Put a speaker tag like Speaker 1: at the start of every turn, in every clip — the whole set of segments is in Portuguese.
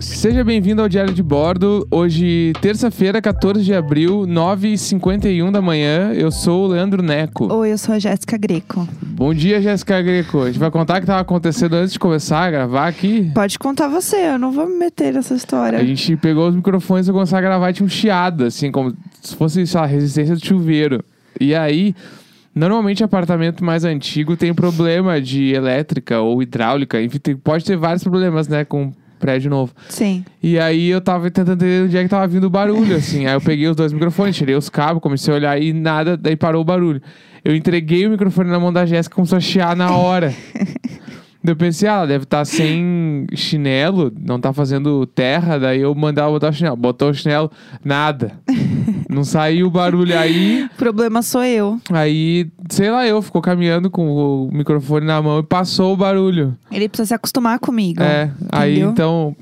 Speaker 1: Seja bem-vindo ao Diário de Bordo. Hoje, terça-feira, 14 de abril, 9h51 da manhã. Eu sou o Leandro Neco.
Speaker 2: Oi, eu sou a Jéssica Greco.
Speaker 1: Bom dia, Jéssica Greco. A gente vai contar o que estava acontecendo antes de começar a gravar aqui.
Speaker 2: Pode contar você, eu não vou me meter nessa história.
Speaker 1: A gente pegou os microfones e começou a gravar e tinha um chiado, assim, como se fosse sei lá, a resistência do chuveiro. E aí, normalmente apartamento mais antigo tem problema de elétrica ou hidráulica, enfim, tem- pode ter vários problemas, né, com prédio novo.
Speaker 2: Sim.
Speaker 1: E aí eu tava tentando entender onde é que tava vindo o barulho, assim. Aí eu peguei os dois microfones, tirei os cabos, comecei a olhar e nada, daí parou o barulho. Eu entreguei o microfone na mão da Jéssica e começou a chiar na hora. Daí Eu pensei, ah, ela deve estar sem chinelo, não tá fazendo terra, daí eu mandava botar o chinelo. Botou o chinelo, nada. Não saiu o barulho aí,
Speaker 2: O problema sou eu.
Speaker 1: aí, sei lá, eu ficou caminhando com o microfone na mão e passou o barulho.
Speaker 2: Ele precisa se acostumar comigo.
Speaker 1: É, aí
Speaker 2: entendeu?
Speaker 1: então.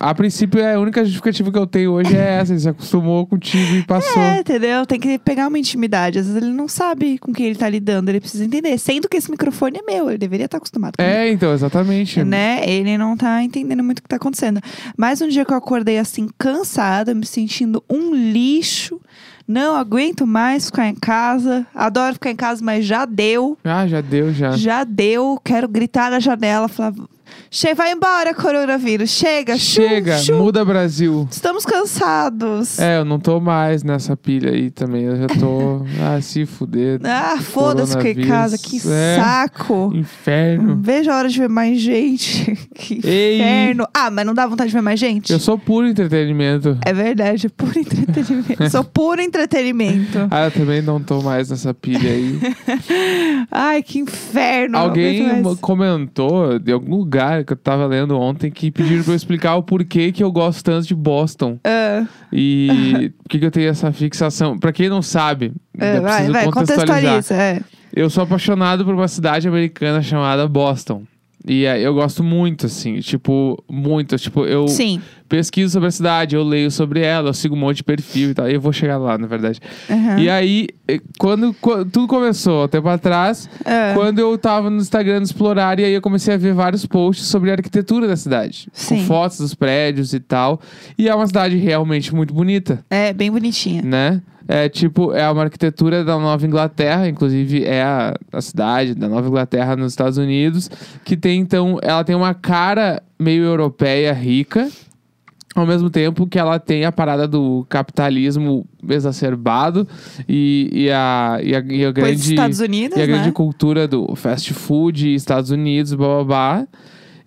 Speaker 1: A princípio, é a única justificativa que eu tenho hoje é essa. Ele se acostumou contigo e passou.
Speaker 2: É, entendeu? Tem que pegar uma intimidade. Às vezes ele não sabe com quem ele tá lidando, ele precisa entender. Sendo que esse microfone é meu, ele deveria estar acostumado comigo.
Speaker 1: É, então, exatamente.
Speaker 2: Né? Ele não tá entendendo muito o que tá acontecendo. Mas um dia que eu acordei assim, cansada, me sentindo um lixo. Não aguento mais ficar em casa. Adoro ficar em casa, mas já deu.
Speaker 1: Ah, já deu, já.
Speaker 2: Já deu, quero gritar na janela, falar. Che, vai embora, coronavírus. Chega, chu,
Speaker 1: Chega,
Speaker 2: chu.
Speaker 1: muda Brasil.
Speaker 2: Estamos cansados.
Speaker 1: É, eu não tô mais nessa pilha aí também. Eu já tô. ah, se fuder.
Speaker 2: Ah, foda-se ficar em
Speaker 1: Coronavírus.
Speaker 2: casa, que
Speaker 1: É.
Speaker 2: saco.
Speaker 1: Inferno.
Speaker 2: Veja a hora de ver mais gente. que
Speaker 1: Ei.
Speaker 2: inferno. Ah, mas não dá vontade de ver mais gente?
Speaker 1: Eu sou puro entretenimento.
Speaker 2: É verdade, é puro entretenimento. Sou puro entretenimento.
Speaker 1: Ah, eu também não tô mais nessa pilha aí.
Speaker 2: Ai, que inferno. não
Speaker 1: Alguém
Speaker 2: aguento mais.
Speaker 1: comentou de algum lugar que eu tava lendo ontem que pediram pra eu explicar o porquê que eu gosto tanto de Boston.
Speaker 2: Ah,
Speaker 1: E por que, que eu tenho essa fixação? Pra quem não sabe,
Speaker 2: ah,
Speaker 1: eu
Speaker 2: vai,
Speaker 1: preciso
Speaker 2: vai,
Speaker 1: contextualizar.
Speaker 2: contextualiza. é.
Speaker 1: Eu sou apaixonado por uma cidade americana chamada Boston. E eh, eu gosto muito, assim, tipo, muito. Tipo, eu
Speaker 2: Sim.
Speaker 1: pesquiso sobre a cidade, eu leio sobre ela, eu sigo um monte de perfil e tal. E eu vou chegar lá, na verdade.
Speaker 2: aham.
Speaker 1: E aí, eh, quando, quan- tudo começou, há tempo atrás,
Speaker 2: Ah.
Speaker 1: quando eu tava no Instagram no Explorar, e aí eu comecei a ver vários posts sobre a arquitetura da cidade.
Speaker 2: Sim.
Speaker 1: Com fotos dos prédios e tal. E é uma cidade realmente muito bonita
Speaker 2: É, bem bonitinha.
Speaker 1: né? É tipo, é uma arquitetura da Nova Inglaterra, inclusive é a, a cidade da Nova Inglaterra nos Estados Unidos, que tem então, ela tem uma cara meio europeia rica, ao mesmo tempo que ela tem a parada do capitalismo exacerbado e, e, a, e, a, e a
Speaker 2: Coisa dos
Speaker 1: grande.
Speaker 2: Estados Unidos,
Speaker 1: E a grande
Speaker 2: né?
Speaker 1: cultura do fast food, Estados Unidos, blá blá blá.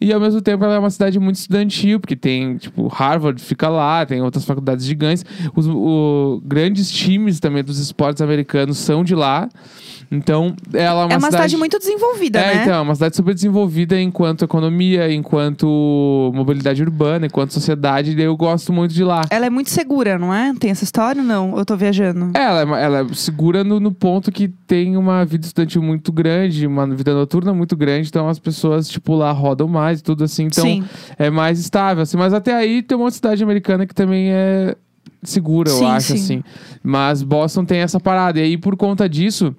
Speaker 1: E ao mesmo tempo ela é uma cidade muito estudantil, porque tem, tipo, Harvard fica lá, tem outras faculdades gigantes. Os o- grandes times também dos esportes americanos são de lá. Então, ela é uma,
Speaker 2: é uma cidade, muito desenvolvida,
Speaker 1: é,
Speaker 2: né?
Speaker 1: então, é uma cidade super desenvolvida enquanto economia, enquanto mobilidade urbana, enquanto sociedade, e daí eu gosto muito de lá.
Speaker 2: Ela é muito segura, não é? Tem essa história ou não? Eu tô viajando.
Speaker 1: É, Ela, é uma- ela é segura no, no ponto que tem uma vida estudantil muito grande, uma vida noturna muito grande, então as pessoas, tipo, lá rodam mais e tudo assim, então
Speaker 2: Sim.
Speaker 1: é mais estável, assim. Mas até aí tem um monte de cidade americana que também é segura,
Speaker 2: Sim,
Speaker 1: eu acho,
Speaker 2: sim.
Speaker 1: assim. Mas Boston tem essa parada, e aí por conta disso...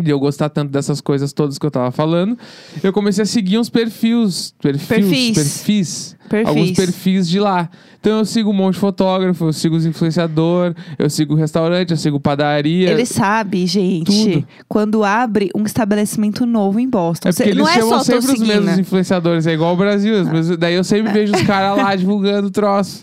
Speaker 1: De eu gostar tanto dessas coisas todas que eu tava falando, eu comecei a seguir uns perfis. Perfis.
Speaker 2: Perfis.
Speaker 1: perfis
Speaker 2: Perfis.
Speaker 1: alguns perfis de lá. Então eu sigo um monte de fotógrafo, eu sigo os influenciadores, eu sigo restaurante, eu sigo padaria.
Speaker 2: Ele sabe, gente,
Speaker 1: Tudo.
Speaker 2: quando abre um estabelecimento novo em Boston.
Speaker 1: É
Speaker 2: Cê-
Speaker 1: porque eles
Speaker 2: não é
Speaker 1: chamam
Speaker 2: só Ah. tô
Speaker 1: sempre os
Speaker 2: seguindo.
Speaker 1: mesmos influenciadores, é igual o Brasil. os mesmos- daí eu sempre vejo os caras lá divulgando troço.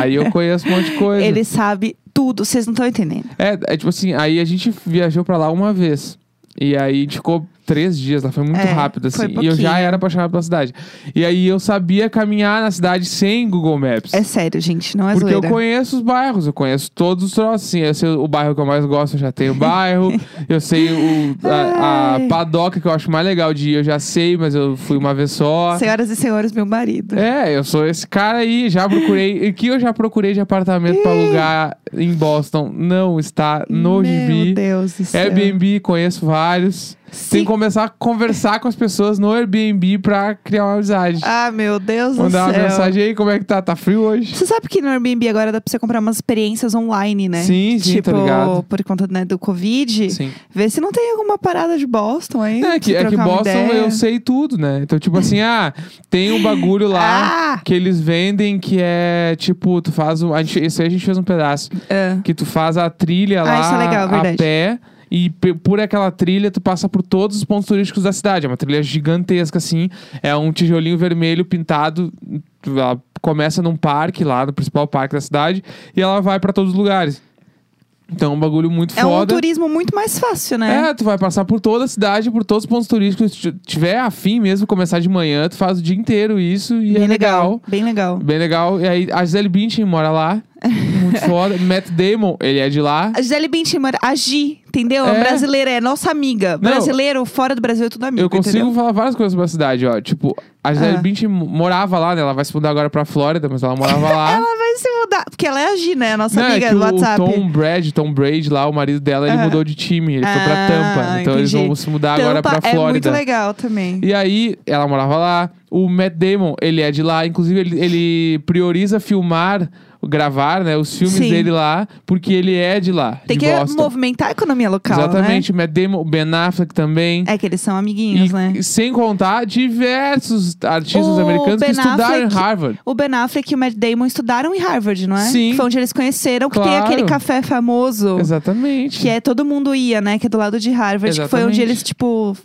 Speaker 1: Aí eu conheço um monte de coisa.
Speaker 2: Ele sabe tudo, vocês não estão entendendo.
Speaker 1: É, é tipo assim, aí a gente viajou pra lá uma vez. E aí a gente ficou três dias lá, foi muito
Speaker 2: É,
Speaker 1: rápido,
Speaker 2: foi
Speaker 1: assim. E eu já
Speaker 2: pouquinho.
Speaker 1: era apaixonado pela cidade. E aí eu sabia caminhar na cidade sem Google Maps.
Speaker 2: É sério, gente, não é
Speaker 1: Porque eu
Speaker 2: zoeira.
Speaker 1: conheço os bairros, eu conheço todos os troços, assim. Eu sei o bairro que eu mais gosto, eu já tenho o bairro. eu sei o, a, a
Speaker 2: Ai.
Speaker 1: padoca que eu acho mais legal de ir, eu já sei, mas eu fui uma vez só.
Speaker 2: Senhoras e senhores, meu marido.
Speaker 1: É, eu sou esse cara aí, já procurei. O que eu já procurei de apartamento pra alugar em Boston não está no
Speaker 2: meu
Speaker 1: gibi.
Speaker 2: Deus do céu.
Speaker 1: Airbnb, conheço vários. É Tem
Speaker 2: Sim.
Speaker 1: que começar a conversar com as pessoas no Airbnb pra criar uma amizade.
Speaker 2: Ah, meu Deus
Speaker 1: Mandar
Speaker 2: do
Speaker 1: uma
Speaker 2: céu.
Speaker 1: mensagem aí, como é que tá? Tá frio hoje?
Speaker 2: Você sabe que no Airbnb agora dá pra você comprar umas experiências online, né?
Speaker 1: Sim, sim,
Speaker 2: tipo,
Speaker 1: tô ligado.
Speaker 2: por conta né, do Covid.
Speaker 1: Sim.
Speaker 2: Vê se não tem alguma parada de Boston
Speaker 1: É
Speaker 2: aí. pra
Speaker 1: que,
Speaker 2: você
Speaker 1: é que
Speaker 2: Né, trocar uma
Speaker 1: Boston
Speaker 2: ideia.
Speaker 1: eu sei tudo, né? Então, tipo assim, ah, tem um bagulho lá
Speaker 2: Ah!
Speaker 1: que eles vendem que é tipo, tu faz um. a gente- Esse aí a gente fez um pedaço.
Speaker 2: É.
Speaker 1: Que tu faz a trilha
Speaker 2: Ah,
Speaker 1: lá
Speaker 2: isso é legal,
Speaker 1: a
Speaker 2: verdade.
Speaker 1: pé. E pe- por aquela trilha, tu passa por todos os pontos turísticos da cidade. É uma trilha gigantesca, assim. É um tijolinho vermelho pintado. Ela começa num parque lá, no principal parque da cidade. E ela vai pra todos os lugares. Então é um bagulho muito
Speaker 2: É um
Speaker 1: foda.
Speaker 2: turismo muito mais fácil, né?
Speaker 1: É, tu vai passar por toda a cidade, por todos os pontos turísticos. Se tu tiver afim mesmo, começar de manhã, tu faz o dia inteiro isso e
Speaker 2: Bem
Speaker 1: é legal.
Speaker 2: Bem legal.
Speaker 1: Bem legal. E aí, a Gisele Bündchen mora lá. Muito foda. Matt Damon, ele é de lá.
Speaker 2: A Gisele Bündchen, mano, a Gi, entendeu? É.
Speaker 1: É.
Speaker 2: brasileira, é nossa amiga. Brasileiro, fora do Brasil, é tudo amigo,
Speaker 1: Eu consigo
Speaker 2: entendeu?
Speaker 1: falar várias coisas sobre a cidade, ó. Tipo, a Gisele
Speaker 2: Ah.
Speaker 1: Bündchen morava lá, né? Ela vai se mudar agora pra Flórida, mas ela morava lá.
Speaker 2: Ela vai se mudar, porque ela é a Gi, né? A nossa
Speaker 1: Não, é
Speaker 2: amiga
Speaker 1: que
Speaker 2: do
Speaker 1: o
Speaker 2: WhatsApp.
Speaker 1: Tom Brad, Tom Brady lá, o marido dela, ele
Speaker 2: Aham.
Speaker 1: mudou de time. Ele foi
Speaker 2: Ah,
Speaker 1: pra Tampa. Então eles
Speaker 2: entendi.
Speaker 1: vão se mudar agora
Speaker 2: Tampa
Speaker 1: pra
Speaker 2: é muito
Speaker 1: Flórida.
Speaker 2: legal também.
Speaker 1: E aí, ela morava lá. O Matt Damon, ele é de lá. Inclusive, ele, ele prioriza filmar, gravar, né? Os filmes
Speaker 2: Sim.
Speaker 1: dele lá, porque ele é de lá.
Speaker 2: Tem
Speaker 1: de
Speaker 2: que
Speaker 1: Boston.
Speaker 2: movimentar a economia local,
Speaker 1: Exatamente. Matt Damon, o Ben Affleck também.
Speaker 2: né? É que eles são amiguinhos,
Speaker 1: E,
Speaker 2: né?
Speaker 1: Sem contar diversos artistas
Speaker 2: O
Speaker 1: americanos
Speaker 2: Ben
Speaker 1: que estudaram em
Speaker 2: Affleck-
Speaker 1: Harvard.
Speaker 2: O Ben Affleck e o Matt Damon estudaram em Harvard, não é?
Speaker 1: Sim.
Speaker 2: Foi onde eles conheceram, que tem
Speaker 1: Claro.
Speaker 2: aquele café famoso.
Speaker 1: Exatamente.
Speaker 2: Que é todo mundo ia, né? Que é do lado de Harvard. Que foi onde
Speaker 1: Exatamente.
Speaker 2: eles, tipo,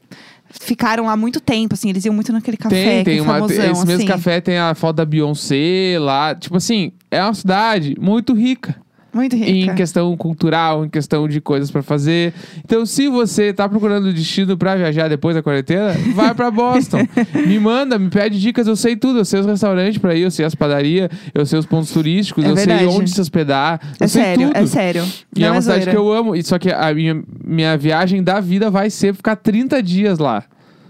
Speaker 2: ficaram lá muito tempo, assim. Eles iam muito naquele café,
Speaker 1: Tem,
Speaker 2: que
Speaker 1: tem
Speaker 2: é
Speaker 1: uma,
Speaker 2: famosão,
Speaker 1: esse mesmo
Speaker 2: assim.
Speaker 1: café tem a foto da Beyoncé lá. Tipo assim, é uma cidade muito rica.
Speaker 2: Muito
Speaker 1: em
Speaker 2: rica. É
Speaker 1: questão cultural, em questão de coisas pra fazer. Então, se você tá procurando destino pra viajar depois da quarentena, vai pra Boston. me manda, me pede dicas, eu sei tudo, eu sei os restaurantes pra ir, eu sei as padarias, eu sei os pontos turísticos,
Speaker 2: É
Speaker 1: eu
Speaker 2: verdade.
Speaker 1: sei onde se hospedar,
Speaker 2: É
Speaker 1: eu sei
Speaker 2: sério,
Speaker 1: tudo.
Speaker 2: é sério.
Speaker 1: E
Speaker 2: não
Speaker 1: é uma cidade
Speaker 2: zoeira.
Speaker 1: que eu amo, e só que a minha, minha viagem da vida vai ser ficar 30 dias lá.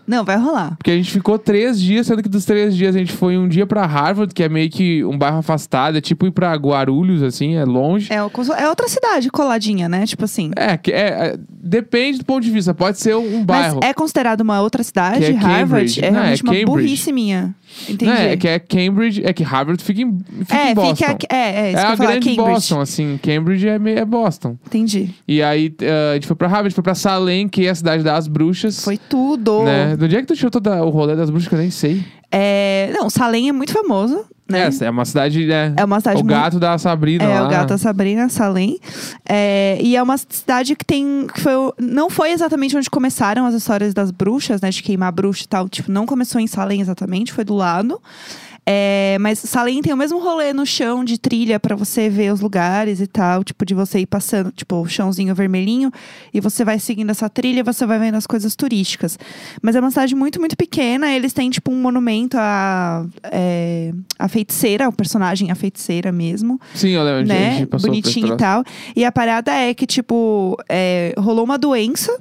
Speaker 2: Não, vai rolar.
Speaker 1: Porque a gente ficou três dias, sendo que dos três dias a gente foi um dia pra Harvard, que é meio que um bairro afastado, é tipo ir pra Guarulhos, assim, é longe.
Speaker 2: É, o- é outra cidade coladinha, né? Tipo assim.
Speaker 1: É, que é, é, depende do ponto de vista. Pode ser um, um
Speaker 2: Mas
Speaker 1: bairro.
Speaker 2: é considerado uma outra cidade,
Speaker 1: Que é
Speaker 2: Harvard?
Speaker 1: Cambridge.
Speaker 2: É
Speaker 1: Não, é
Speaker 2: realmente uma
Speaker 1: Cambridge.
Speaker 2: burrice minha. Entendi.
Speaker 1: Né, é que é Cambridge, é que Harvard fica em, fica
Speaker 2: É,
Speaker 1: em Boston.
Speaker 2: fica. É, é, isso
Speaker 1: é
Speaker 2: que eu
Speaker 1: a
Speaker 2: ia falar,
Speaker 1: grande
Speaker 2: Cambridge.
Speaker 1: Boston, assim. Cambridge é, meio, é Boston.
Speaker 2: Entendi.
Speaker 1: E aí eh, a gente foi pra Harvard, foi pra Salem, que é a cidade das bruxas.
Speaker 2: Foi tudo.
Speaker 1: Né? Do dia que tu tirou toda o rolê das bruxas, que eu nem sei.
Speaker 2: É, não, Salem é muito famoso, né?
Speaker 1: É, é uma cidade, né?
Speaker 2: É uma cidade
Speaker 1: o
Speaker 2: muito-
Speaker 1: gato da Sabrina
Speaker 2: É,
Speaker 1: lá.
Speaker 2: o gato da Sabrina, Salem. É, e é uma cidade que tem. Que foi, o- não foi exatamente onde começaram as histórias das bruxas, né? De queimar bruxa e tal. Tipo, não começou em Salem exatamente, foi do lado. É, mas Salem tem o mesmo rolê no chão de trilha pra você ver os lugares e tal. Tipo, de você ir passando, tipo, o chãozinho vermelhinho. E você vai seguindo essa trilha, você vai vendo as coisas turísticas. Mas é uma cidade muito, muito pequena. Eles têm, tipo, um monumento à, é, à feiticeira, o personagem, a feiticeira mesmo
Speaker 1: Sim, eu lembro. a
Speaker 2: né?
Speaker 1: gente passou por esse
Speaker 2: Bonitinho e
Speaker 1: troço.
Speaker 2: tal. E a parada é que, tipo, é, rolou uma doença.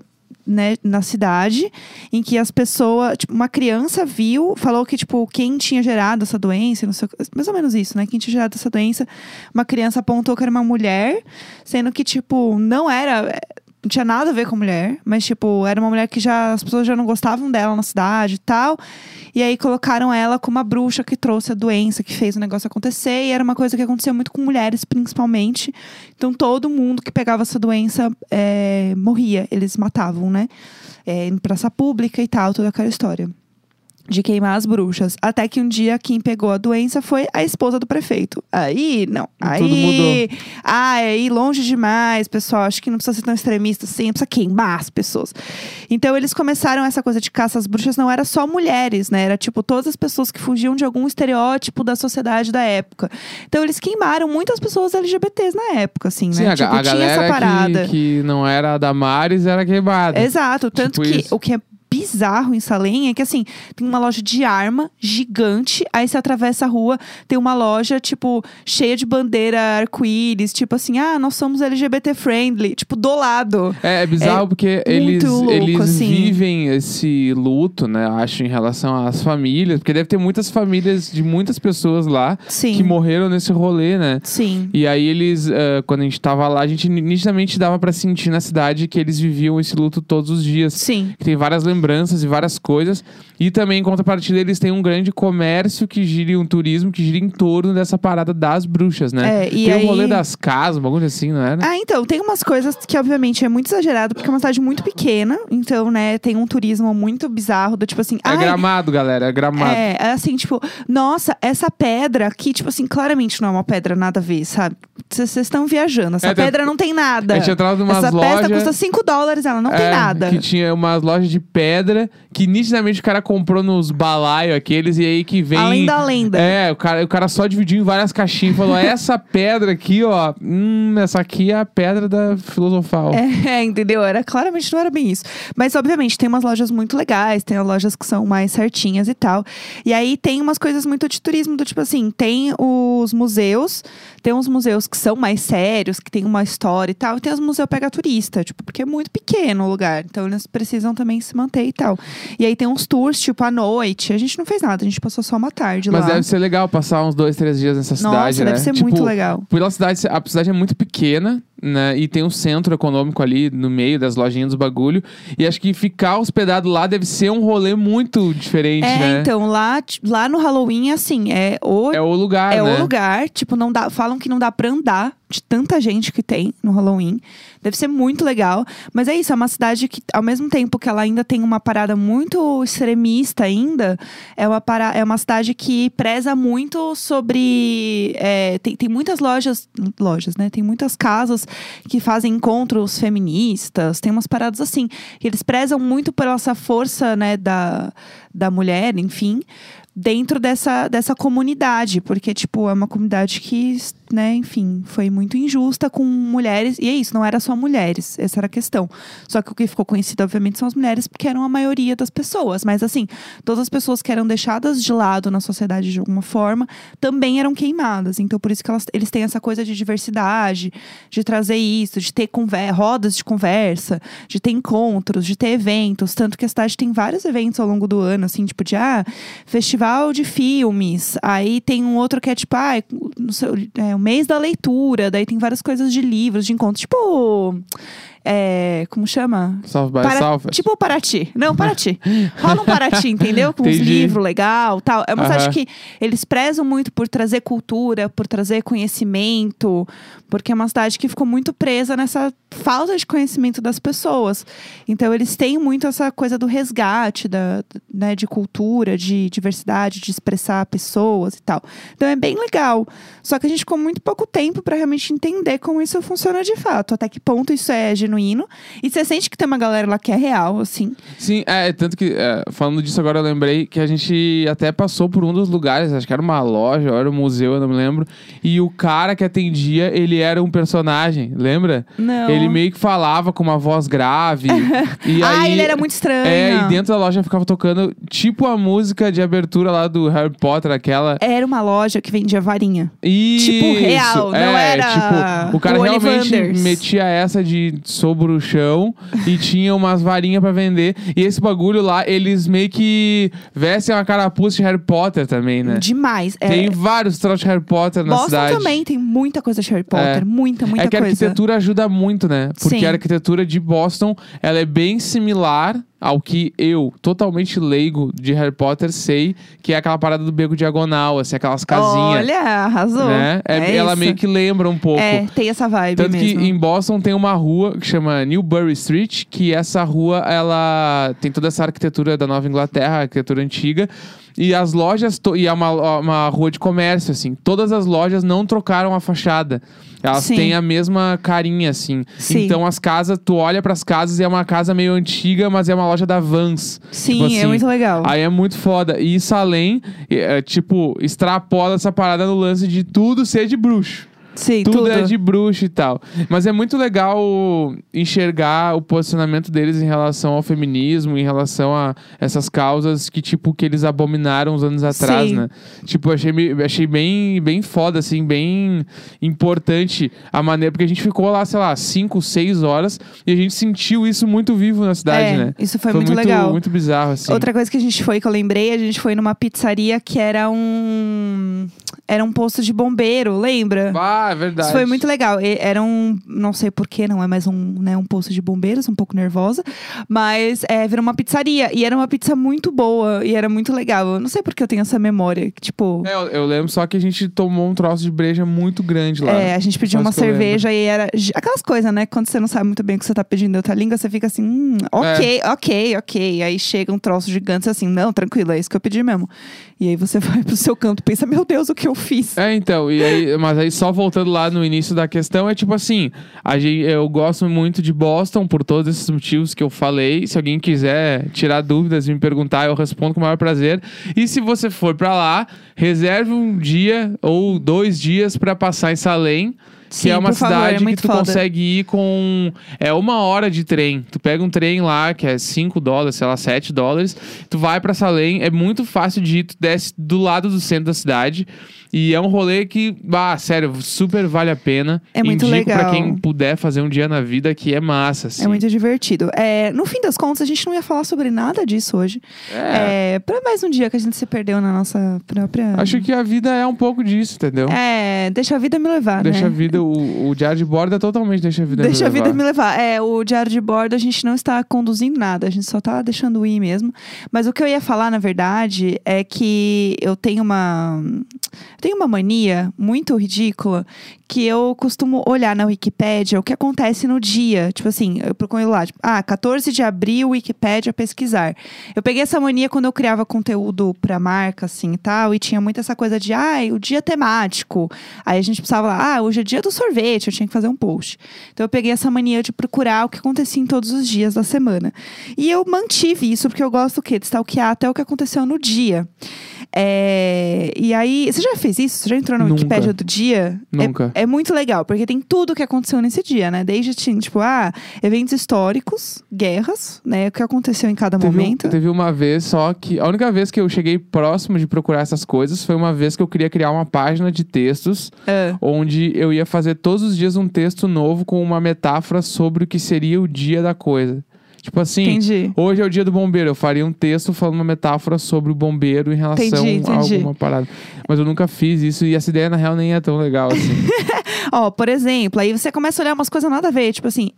Speaker 2: Né, na cidade, em que as pessoas, tipo, uma criança viu, falou que, tipo, quem tinha gerado essa doença, não sei, o que- mais ou menos isso, né? Quem tinha gerado essa doença, uma criança apontou que era uma mulher, sendo que, tipo, não era, é, não tinha nada a ver com mulher, mas, tipo, era uma mulher que já, as pessoas já não gostavam dela na cidade e tal, e aí colocaram ela como a bruxa que trouxe a doença, que fez o negócio acontecer. E era uma coisa que acontecia muito com mulheres, principalmente. Então todo mundo que pegava essa doença é, morria. Eles matavam, né? É, em praça pública e tal, toda aquela história. De queimar as bruxas. Até que um dia quem pegou a doença foi a esposa do prefeito. Aí, não. Aí.
Speaker 1: mudou.
Speaker 2: Ah, é ir longe demais, pessoal. Acho que não precisa ser tão extremista assim, não precisa queimar as pessoas. Então eles começaram essa coisa de caça às bruxas, não era só mulheres, né? Era tipo todas as pessoas que fugiam de algum estereótipo da sociedade da época. Então eles queimaram muitas pessoas LGBTs na época, assim, né?
Speaker 1: Sim, a,
Speaker 2: tipo,
Speaker 1: a
Speaker 2: tinha
Speaker 1: galera
Speaker 2: essa parada.
Speaker 1: Que, que não era a Damares era queimada.
Speaker 2: Exato, tanto
Speaker 1: Tipo
Speaker 2: que
Speaker 1: isso.
Speaker 2: o que é bizarro em Salem é que, assim, tem uma loja de arma gigante, aí você atravessa a rua, tem uma loja, tipo, cheia de bandeira arco-íris, tipo assim, ah, nós somos LGBT friendly, tipo, do lado.
Speaker 1: É, é bizarro porque eles,
Speaker 2: louco,
Speaker 1: eles
Speaker 2: assim.
Speaker 1: vivem esse luto, né? eu Acho, em relação às famílias. Porque deve ter muitas famílias de muitas pessoas lá
Speaker 2: Sim.
Speaker 1: que morreram nesse rolê, né?
Speaker 2: Sim.
Speaker 1: E aí eles, ah, quando a gente tava lá, a gente nitidamente dava pra sentir na cidade que eles viviam esse luto todos os dias.
Speaker 2: Sim.
Speaker 1: que tem várias lembranças e várias coisas. E também, em contrapartida, eles têm um grande comércio que gira e um turismo que gira em torno dessa parada das bruxas, né?
Speaker 2: É, e
Speaker 1: tem
Speaker 2: aí-
Speaker 1: o rolê das casas, um bagulho assim, não era?
Speaker 2: Ah, então, tem umas coisas que, obviamente, é muito exagerado, porque é uma cidade muito pequena. Então, né, tem um turismo muito bizarro, do tipo assim...
Speaker 1: é
Speaker 2: "Ai,
Speaker 1: gramado, galera, é gramado.
Speaker 2: É, é assim, tipo, nossa, essa pedra aqui, tipo assim, claramente não é uma pedra nada a ver, sabe? Vocês estão viajando, essa
Speaker 1: É, tem-
Speaker 2: pedra não tem nada.
Speaker 1: A gente entrava numas
Speaker 2: Essa
Speaker 1: lojas.
Speaker 2: pedra custa 5 dólares, ela não tem
Speaker 1: é,
Speaker 2: nada.
Speaker 1: Que tinha umas lojas de pedra que nitidamente o cara comprou nos balaio aqueles e aí que vem.
Speaker 2: Além da lenda.
Speaker 1: É, o cara, o cara só dividiu em várias caixinhas e falou: essa pedra aqui, ó, hum, essa aqui é a pedra da filosofal.
Speaker 2: É, entendeu? Era claramente não era bem isso. Mas, obviamente, tem umas lojas muito legais, tem as lojas que são mais certinhas e tal. E aí tem umas coisas muito de turismo, do tipo assim, tem os museus, tem uns museus que são mais sérios, que tem uma história e tal, e tem os museus pega turista, tipo, porque é muito pequeno o lugar. Então eles precisam também se manter e tal. E aí tem uns tours, tipo, à noite. A gente não fez nada, a gente passou só uma tarde
Speaker 1: Mas
Speaker 2: lá.
Speaker 1: deve ser legal passar uns dois, três dias nessa
Speaker 2: Nossa,
Speaker 1: cidade, né?
Speaker 2: deve ser
Speaker 1: Tipo,
Speaker 2: muito legal.
Speaker 1: Pela cidade, a cidade é muito pequena, né? E tem um centro econômico ali no meio das lojinhas dos bagulho. E acho que ficar hospedado lá deve ser um rolê muito diferente,
Speaker 2: É,
Speaker 1: né?
Speaker 2: então, lá, t- lá no Halloween, assim, é o
Speaker 1: É o lugar,
Speaker 2: É
Speaker 1: né?
Speaker 2: o lugar, tipo, não dá, falam que não dá pra andar de tanta gente que tem no Halloween. Deve ser muito legal, mas é isso, é uma cidade que ao mesmo tempo que ela ainda tem uma parada muito extremista ainda, é uma para, é uma cidade que preza muito sobre é, tem, tem muitas lojas, lojas, né? Tem muitas casas que fazem encontros feministas, tem umas paradas assim. E Eles prezam muito pela essa força, né, da, da mulher, enfim dentro dessa, dessa comunidade, porque, tipo, é uma comunidade que, né, enfim, foi muito injusta com mulheres. E é isso, não era só mulheres, essa era a questão. Só que o que ficou conhecido, obviamente, são as mulheres, porque eram a maioria das pessoas. Mas, assim, todas as pessoas que eram deixadas de lado na sociedade de alguma forma também eram queimadas. Então, por isso que elas, eles têm essa coisa de diversidade, de trazer isso, de ter conver- rodas de conversa, de ter encontros, de ter eventos. Tanto que a cidade tem vários eventos ao longo do ano, assim, tipo de ah, festival de filmes. Aí tem um outro que é tipo, ah, não sei, é, o mês da leitura. Daí tem várias coisas de livros, de encontros. Tipo. é, como chama?
Speaker 1: Salve by
Speaker 2: Para-
Speaker 1: Salve.
Speaker 2: Tipo o Paraty. Não, Paraty. Rola um Paraty, entendeu? Com uns
Speaker 1: Entendi.
Speaker 2: livros legal tal. É uma cidade
Speaker 1: Aham.
Speaker 2: que eles prezam muito por trazer cultura, por trazer conhecimento, porque é uma cidade que ficou muito presa nessa falta de conhecimento das pessoas. Então eles têm muito essa coisa do resgate da, né, de cultura, de diversidade, de expressar pessoas e tal. Então é bem legal. Só que a gente ficou muito pouco tempo pra realmente entender como isso funciona de fato, até que ponto isso é genuíno. E você sente que tem uma galera lá que é real, assim.
Speaker 1: Sim, é, tanto que, é, falando disso agora, eu lembrei que a gente até passou por um dos lugares, acho que era uma loja, ou era um museu, eu não me lembro. E o cara que atendia, ele era um personagem, lembra?
Speaker 2: Não.
Speaker 1: Ele meio que falava com uma voz grave. e
Speaker 2: ah,
Speaker 1: aí,
Speaker 2: ele era muito estranho.
Speaker 1: É, e dentro da loja ficava tocando tipo a música de abertura lá do Harry Potter, aquela.
Speaker 2: Era uma loja que vendia varinha.
Speaker 1: Isso,
Speaker 2: Tipo, real, não
Speaker 1: é,
Speaker 2: era
Speaker 1: Tipo, o cara
Speaker 2: o
Speaker 1: realmente
Speaker 2: Ollivanders.
Speaker 1: metia essa de sou bruxão e tinha umas varinhas pra vender. E esse bagulho lá, eles meio que vestem uma carapuça de Harry Potter também, né?
Speaker 2: Demais. É,
Speaker 1: Tem vários troços de Harry Potter na
Speaker 2: Boston
Speaker 1: cidade.
Speaker 2: também tem muita coisa de Harry Potter.
Speaker 1: É.
Speaker 2: Muita, muita
Speaker 1: é que a
Speaker 2: coisa.
Speaker 1: arquitetura ajuda muito, né? Porque
Speaker 2: Sim.
Speaker 1: a arquitetura de Boston, ela é bem similar ao que eu, totalmente leigo de Harry Potter, sei, que é aquela parada do beco diagonal, assim, aquelas casinhas.
Speaker 2: Olha, arrasou.
Speaker 1: né? É- ela
Speaker 2: isso.
Speaker 1: meio que lembra um pouco.
Speaker 2: É, tem essa vibe
Speaker 1: Tanto
Speaker 2: mesmo.
Speaker 1: que em Boston tem uma rua que chama Newbury Street, que essa rua, ela tem toda essa arquitetura da Nova Inglaterra, arquitetura antiga. E as lojas, to- e é uma, uma rua de comércio, assim. Todas as lojas não trocaram a fachada. Elas
Speaker 2: Sim.
Speaker 1: têm a mesma carinha, assim.
Speaker 2: Sim.
Speaker 1: Então as casas, tu olha pras casas e é uma casa meio antiga, mas é uma loja da Vans.
Speaker 2: Sim,
Speaker 1: tipo assim,
Speaker 2: é muito legal.
Speaker 1: Aí é muito foda. E Salem, é, é, tipo, extrapola essa parada no lance de tudo ser de bruxo.
Speaker 2: Sim,
Speaker 1: tudo,
Speaker 2: tudo.
Speaker 1: é de bruxo e tal. Mas é muito legal enxergar o posicionamento deles em relação ao feminismo, em relação a essas causas que, tipo, que eles abominaram uns anos atrás,
Speaker 2: Sim.
Speaker 1: né? Tipo, eu achei, me- achei bem, bem foda, assim, bem importante a maneira. Porque a gente ficou lá, sei lá, cinco, seis horas e a gente sentiu isso muito vivo na cidade,
Speaker 2: É,
Speaker 1: né?
Speaker 2: Isso foi, muito, legal.
Speaker 1: Muito bizarro, assim.
Speaker 2: Outra coisa que a gente foi, que eu lembrei, a gente foi numa pizzaria que era um. Era um posto de bombeiro, lembra?
Speaker 1: Ah, é verdade.
Speaker 2: Isso foi muito legal. E- Era um. Não sei porquê, não é mais um, né, um posto de bombeiros, um pouco nervosa. Mas é, virou uma pizzaria. E era uma pizza muito boa. E era muito legal. Eu não sei porque eu tenho essa memória. que, Tipo.
Speaker 1: É, eu, eu lembro só que a gente tomou um troço de breja muito grande lá.
Speaker 2: É, a gente pediu
Speaker 1: Quase
Speaker 2: uma
Speaker 1: que eu lembro.
Speaker 2: cerveja e era. gi- Aquelas coisas, né? Quando você não sabe muito bem o que você tá pedindo em outra língua, você fica assim, hum,
Speaker 1: É.
Speaker 2: ok, ok, ok. Aí chega um troço gigante, você assim, não, tranquilo, é isso que eu pedi mesmo. E aí você vai pro seu canto e pensa, meu Deus, o que eu fiz?
Speaker 1: É, então, e aí, mas aí só voltando lá no início da questão, é tipo assim, a gente, eu gosto muito de Boston por todos esses motivos que eu falei. Se alguém quiser tirar dúvidas e me perguntar, eu respondo com o maior prazer. E se você for pra lá, reserve um dia ou dois dias pra passar em Salem,
Speaker 2: Sim,
Speaker 1: que é uma
Speaker 2: por favor, é
Speaker 1: cidade que
Speaker 2: muito
Speaker 1: tu
Speaker 2: foda.
Speaker 1: consegue ir com é uma hora de trem. Tu pega um trem lá que é 5 dólares, sei lá, 7 dólares, tu vai pra Salem, é muito fácil de ir, tu desce do lado do centro da cidade. E é um rolê que, ah, sério, super vale a pena.
Speaker 2: É muito
Speaker 1: Indico pra
Speaker 2: legal.
Speaker 1: quem puder fazer um dia na vida que é massa, assim.
Speaker 2: É muito divertido. É, no fim das contas, a gente não ia falar sobre nada disso hoje.
Speaker 1: É,
Speaker 2: É, pra mais um dia que a gente se perdeu na nossa própria.
Speaker 1: Acho que a vida é um pouco disso, entendeu?
Speaker 2: É, deixa a vida me levar,
Speaker 1: deixa
Speaker 2: né?
Speaker 1: a vida, o, o diário de bordo é totalmente deixa a vida me
Speaker 2: Deixa a vida
Speaker 1: levar.
Speaker 2: me levar. É, o diário de bordo a gente não está conduzindo nada, a gente só está deixando ir mesmo. Mas o que eu ia falar, na verdade, é que eu tenho uma. Eu tenho uma mania muito ridícula que eu costumo olhar na Wikipédia o que acontece no dia. Tipo assim, eu procuro lá, tipo, ah, 14 de abril, Wikipédia pesquisar. Eu peguei essa mania quando eu criava conteúdo pra marca, assim e tal, e tinha muito essa coisa de, ai, o dia temático. Aí a gente precisava lá, ah, hoje é dia do sorvete, eu tinha que fazer um post. Então eu peguei essa mania de procurar o que acontecia em todos os dias da semana. E eu mantive isso, porque eu gosto o quê? De stalkear até o que aconteceu no dia. É, E aí, você já fez isso? Você já entrou na
Speaker 1: Nunca.
Speaker 2: Wikipédia do dia? É-
Speaker 1: Nunca.
Speaker 2: É, muito legal, porque tem tudo o que aconteceu nesse dia, né? Desde, tinha, tipo, ah, eventos históricos, guerras, né? O que aconteceu em cada
Speaker 1: Teve, um-
Speaker 2: momento.
Speaker 1: teve uma vez só que. A única vez que eu cheguei próximo de procurar essas coisas foi uma vez que eu queria criar uma página de textos
Speaker 2: Ah,
Speaker 1: onde eu ia fazer todos os dias um texto novo com uma metáfora sobre o que seria o dia da coisa. Tipo assim,
Speaker 2: entendi.
Speaker 1: hoje é o dia do bombeiro. Eu faria um texto falando uma metáfora sobre o bombeiro em relação
Speaker 2: Entendi,
Speaker 1: a
Speaker 2: entendi.
Speaker 1: alguma parada. Mas eu nunca fiz isso e essa ideia, na real, nem é tão legal assim.
Speaker 2: Ó, por exemplo, aí você começa a olhar umas coisas nada a ver. Tipo assim,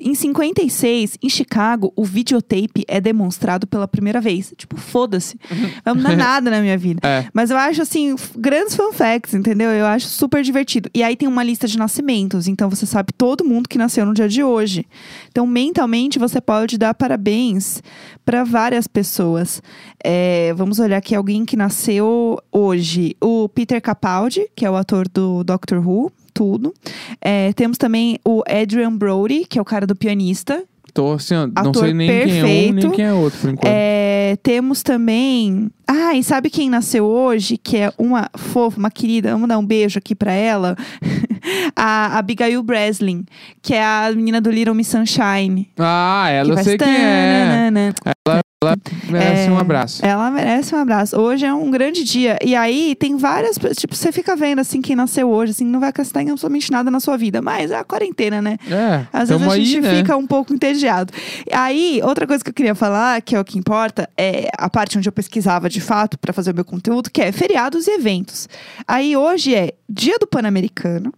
Speaker 2: em 56, em Chicago, o videotape é demonstrado pela primeira vez. Tipo, foda-se. Não dá nada na minha vida.
Speaker 1: É.
Speaker 2: Mas eu acho, assim, f- grandes fun facts, entendeu? Eu acho super divertido. E aí tem uma lista de nascimentos. Então você sabe todo mundo que nasceu no dia de hoje. Então, mentalmente, você pode dar parabéns para várias pessoas. É, vamos olhar aqui alguém que nasceu hoje. O Peter Capaldi, que é o ator do Doctor Who, tudo. É, temos também o Adrian Brody, que é o cara do pianista.
Speaker 1: Tô assim, ó, não
Speaker 2: Ator
Speaker 1: sei nem quem é um, nem
Speaker 2: perfeito.
Speaker 1: quem é outro, por enquanto.
Speaker 2: É, temos também. Ah, e sabe quem nasceu hoje? Que é uma fofa, uma querida. Vamos dar um beijo aqui pra ela. a Abigail Breslin, que é a menina do Little Miss Sunshine.
Speaker 1: Ah, ela eu
Speaker 2: faz
Speaker 1: sei quem é.
Speaker 2: tananana.
Speaker 1: Merece
Speaker 2: né? É.
Speaker 1: um abraço.
Speaker 2: Ela merece um abraço. Hoje é um grande dia. E aí tem várias. pe- Tipo, você fica vendo assim quem nasceu hoje, assim, não vai acrescentar em absolutamente nada na sua vida. Mas é a quarentena, né?
Speaker 1: É,
Speaker 2: Às
Speaker 1: tamo
Speaker 2: vezes a
Speaker 1: aí,
Speaker 2: gente
Speaker 1: né?
Speaker 2: fica um pouco entediado. Aí, outra coisa que eu queria falar, que é o que importa, é a parte onde eu pesquisava de fato pra fazer o meu conteúdo, que é feriados e eventos. Aí hoje é Dia do Pan-Americano,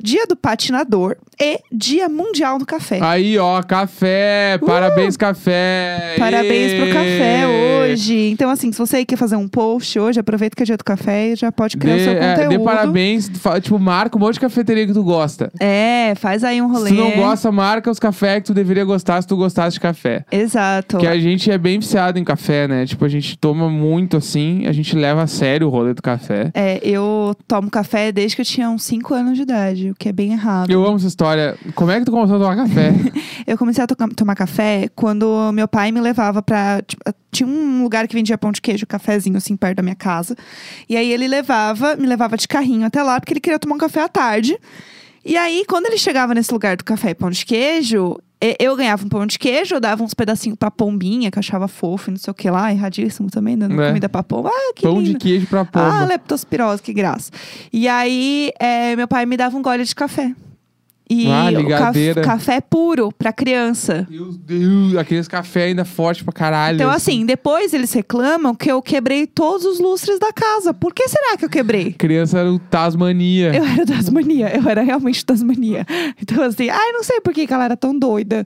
Speaker 2: Dia do Patinador e Dia Mundial do Café.
Speaker 1: Aí, ó, café! Parabéns, café!
Speaker 2: Uh! Parabéns pro
Speaker 1: Ê!
Speaker 2: café hoje. Então, assim, se você quer fazer um post hoje, aproveita que é dia do café e já pode criar o seu
Speaker 1: Dê, é,
Speaker 2: conteúdo.
Speaker 1: dê parabéns, fa- tipo, marca um monte de cafeteria que tu gosta.
Speaker 2: É, faz aí um rolê.
Speaker 1: Se tu não gosta, marca os cafés que tu deveria gostar se tu gostasse de café.
Speaker 2: Exato.
Speaker 1: Porque a gente é bem viciado em café, né? Tipo, a gente toma muito assim, a gente leva a sério o rolê do café.
Speaker 2: É, eu tomo café desde que eu tinha uns 5 anos de verdade, o que é bem errado.
Speaker 1: Eu amo essa história. Como é que tu começou a tomar café?
Speaker 2: Eu comecei a toca- tomar café quando meu pai me levava pra. tipo, Tinha um lugar que vendia pão de queijo, cafezinho, assim, perto da minha casa. E aí ele levava, me levava de carrinho até lá, porque ele queria tomar um café à tarde. E aí, quando ele chegava nesse lugar do café e pão de queijo, e- eu ganhava um pão de queijo, eu dava uns pedacinhos pra pombinha, que eu achava fofo e não sei o que lá, erradíssimo também, dando
Speaker 1: É.
Speaker 2: comida pra pomba. Ah, que
Speaker 1: Pão
Speaker 2: lindo.
Speaker 1: de queijo pra
Speaker 2: Ah,
Speaker 1: pomba.
Speaker 2: leptospirose, que graça. E aí, é, meu pai me dava um gole de café. E
Speaker 1: Ah,
Speaker 2: o caf-
Speaker 1: ligadeira.
Speaker 2: café é puro pra criança.
Speaker 1: Meu Deus, aqueles café ainda forte pra caralho.
Speaker 2: Então, assim, depois eles reclamam que eu quebrei todos os lustres da casa. Por que será que eu quebrei?
Speaker 1: Criança era o Tasmania.
Speaker 2: Eu era Tasmania, eu era realmente Tasmania. Então, assim, ai, não sei por que que ela era tão doida.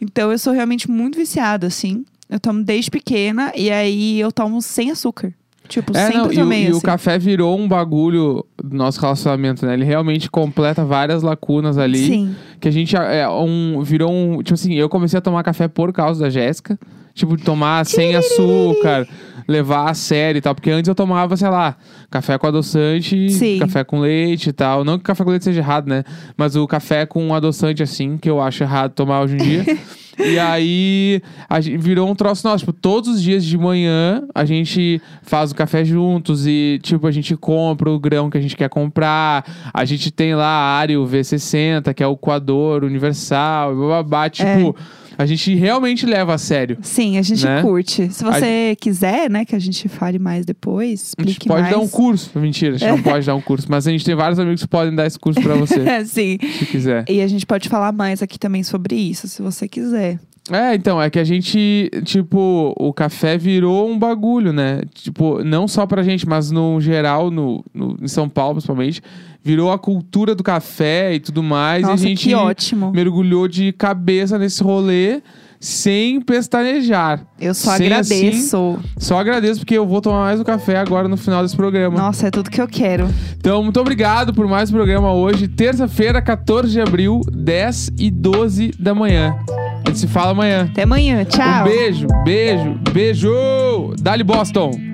Speaker 2: Então, eu sou realmente muito viciada, assim. Eu tomo desde pequena e aí eu tomo sem açúcar. Tipo,
Speaker 1: É,
Speaker 2: sempre
Speaker 1: não, e, o-
Speaker 2: tomei
Speaker 1: e o
Speaker 2: assim.
Speaker 1: café virou um bagulho do nosso relacionamento, né? Ele realmente completa várias lacunas ali.
Speaker 2: Sim.
Speaker 1: Que a gente é, um, virou um. Tipo assim, eu comecei a tomar café por causa da Jéssica. Tipo, de tomar sem açúcar, levar a sério e tal. Porque antes eu tomava, sei lá, café com adoçante,
Speaker 2: Sim.
Speaker 1: café com leite e tal. Não que café com leite seja errado, né? Mas o café com adoçante, assim, que eu acho errado tomar hoje em dia. e aí a gente virou um troço nosso. Tipo, todos os dias de manhã a gente faz o café juntos e, tipo, a gente compra o grão que a gente quer comprar. A gente tem lá a área V60, que é o coador universal, e bababá. Tipo, a gente realmente leva a sério.
Speaker 2: Sim, a gente
Speaker 1: Né?
Speaker 2: curte. Se você quiser, né, que a gente fale mais depois,
Speaker 1: A gente
Speaker 2: explique
Speaker 1: pode
Speaker 2: mais.
Speaker 1: dar um curso. Mentira, a gente não pode dar um curso. Mas a gente tem vários amigos que podem dar esse curso pra você,
Speaker 2: Sim.
Speaker 1: se quiser.
Speaker 2: E a gente pode falar mais aqui também sobre isso, se você quiser.
Speaker 1: É, então, é que a gente, tipo, o café virou um bagulho, né? Tipo, não só pra gente, mas no geral, no, no- em São Paulo, principalmente, virou a cultura do café e tudo mais.
Speaker 2: Nossa,
Speaker 1: e a gente
Speaker 2: que ótimo.
Speaker 1: mergulhou de cabeça nesse rolê sem pestanejar.
Speaker 2: Eu só
Speaker 1: Sem
Speaker 2: agradeço.
Speaker 1: Só agradeço porque eu vou tomar mais um café agora no final desse programa.
Speaker 2: Nossa, é tudo que eu quero.
Speaker 1: Então, muito obrigado por mais um programa hoje. Terça-feira, 14 de abril, 10 e 12 da manhã. A gente se fala amanhã.
Speaker 2: Até amanhã. Tchau.
Speaker 1: Um beijo, beijo, beijo! Dali Boston!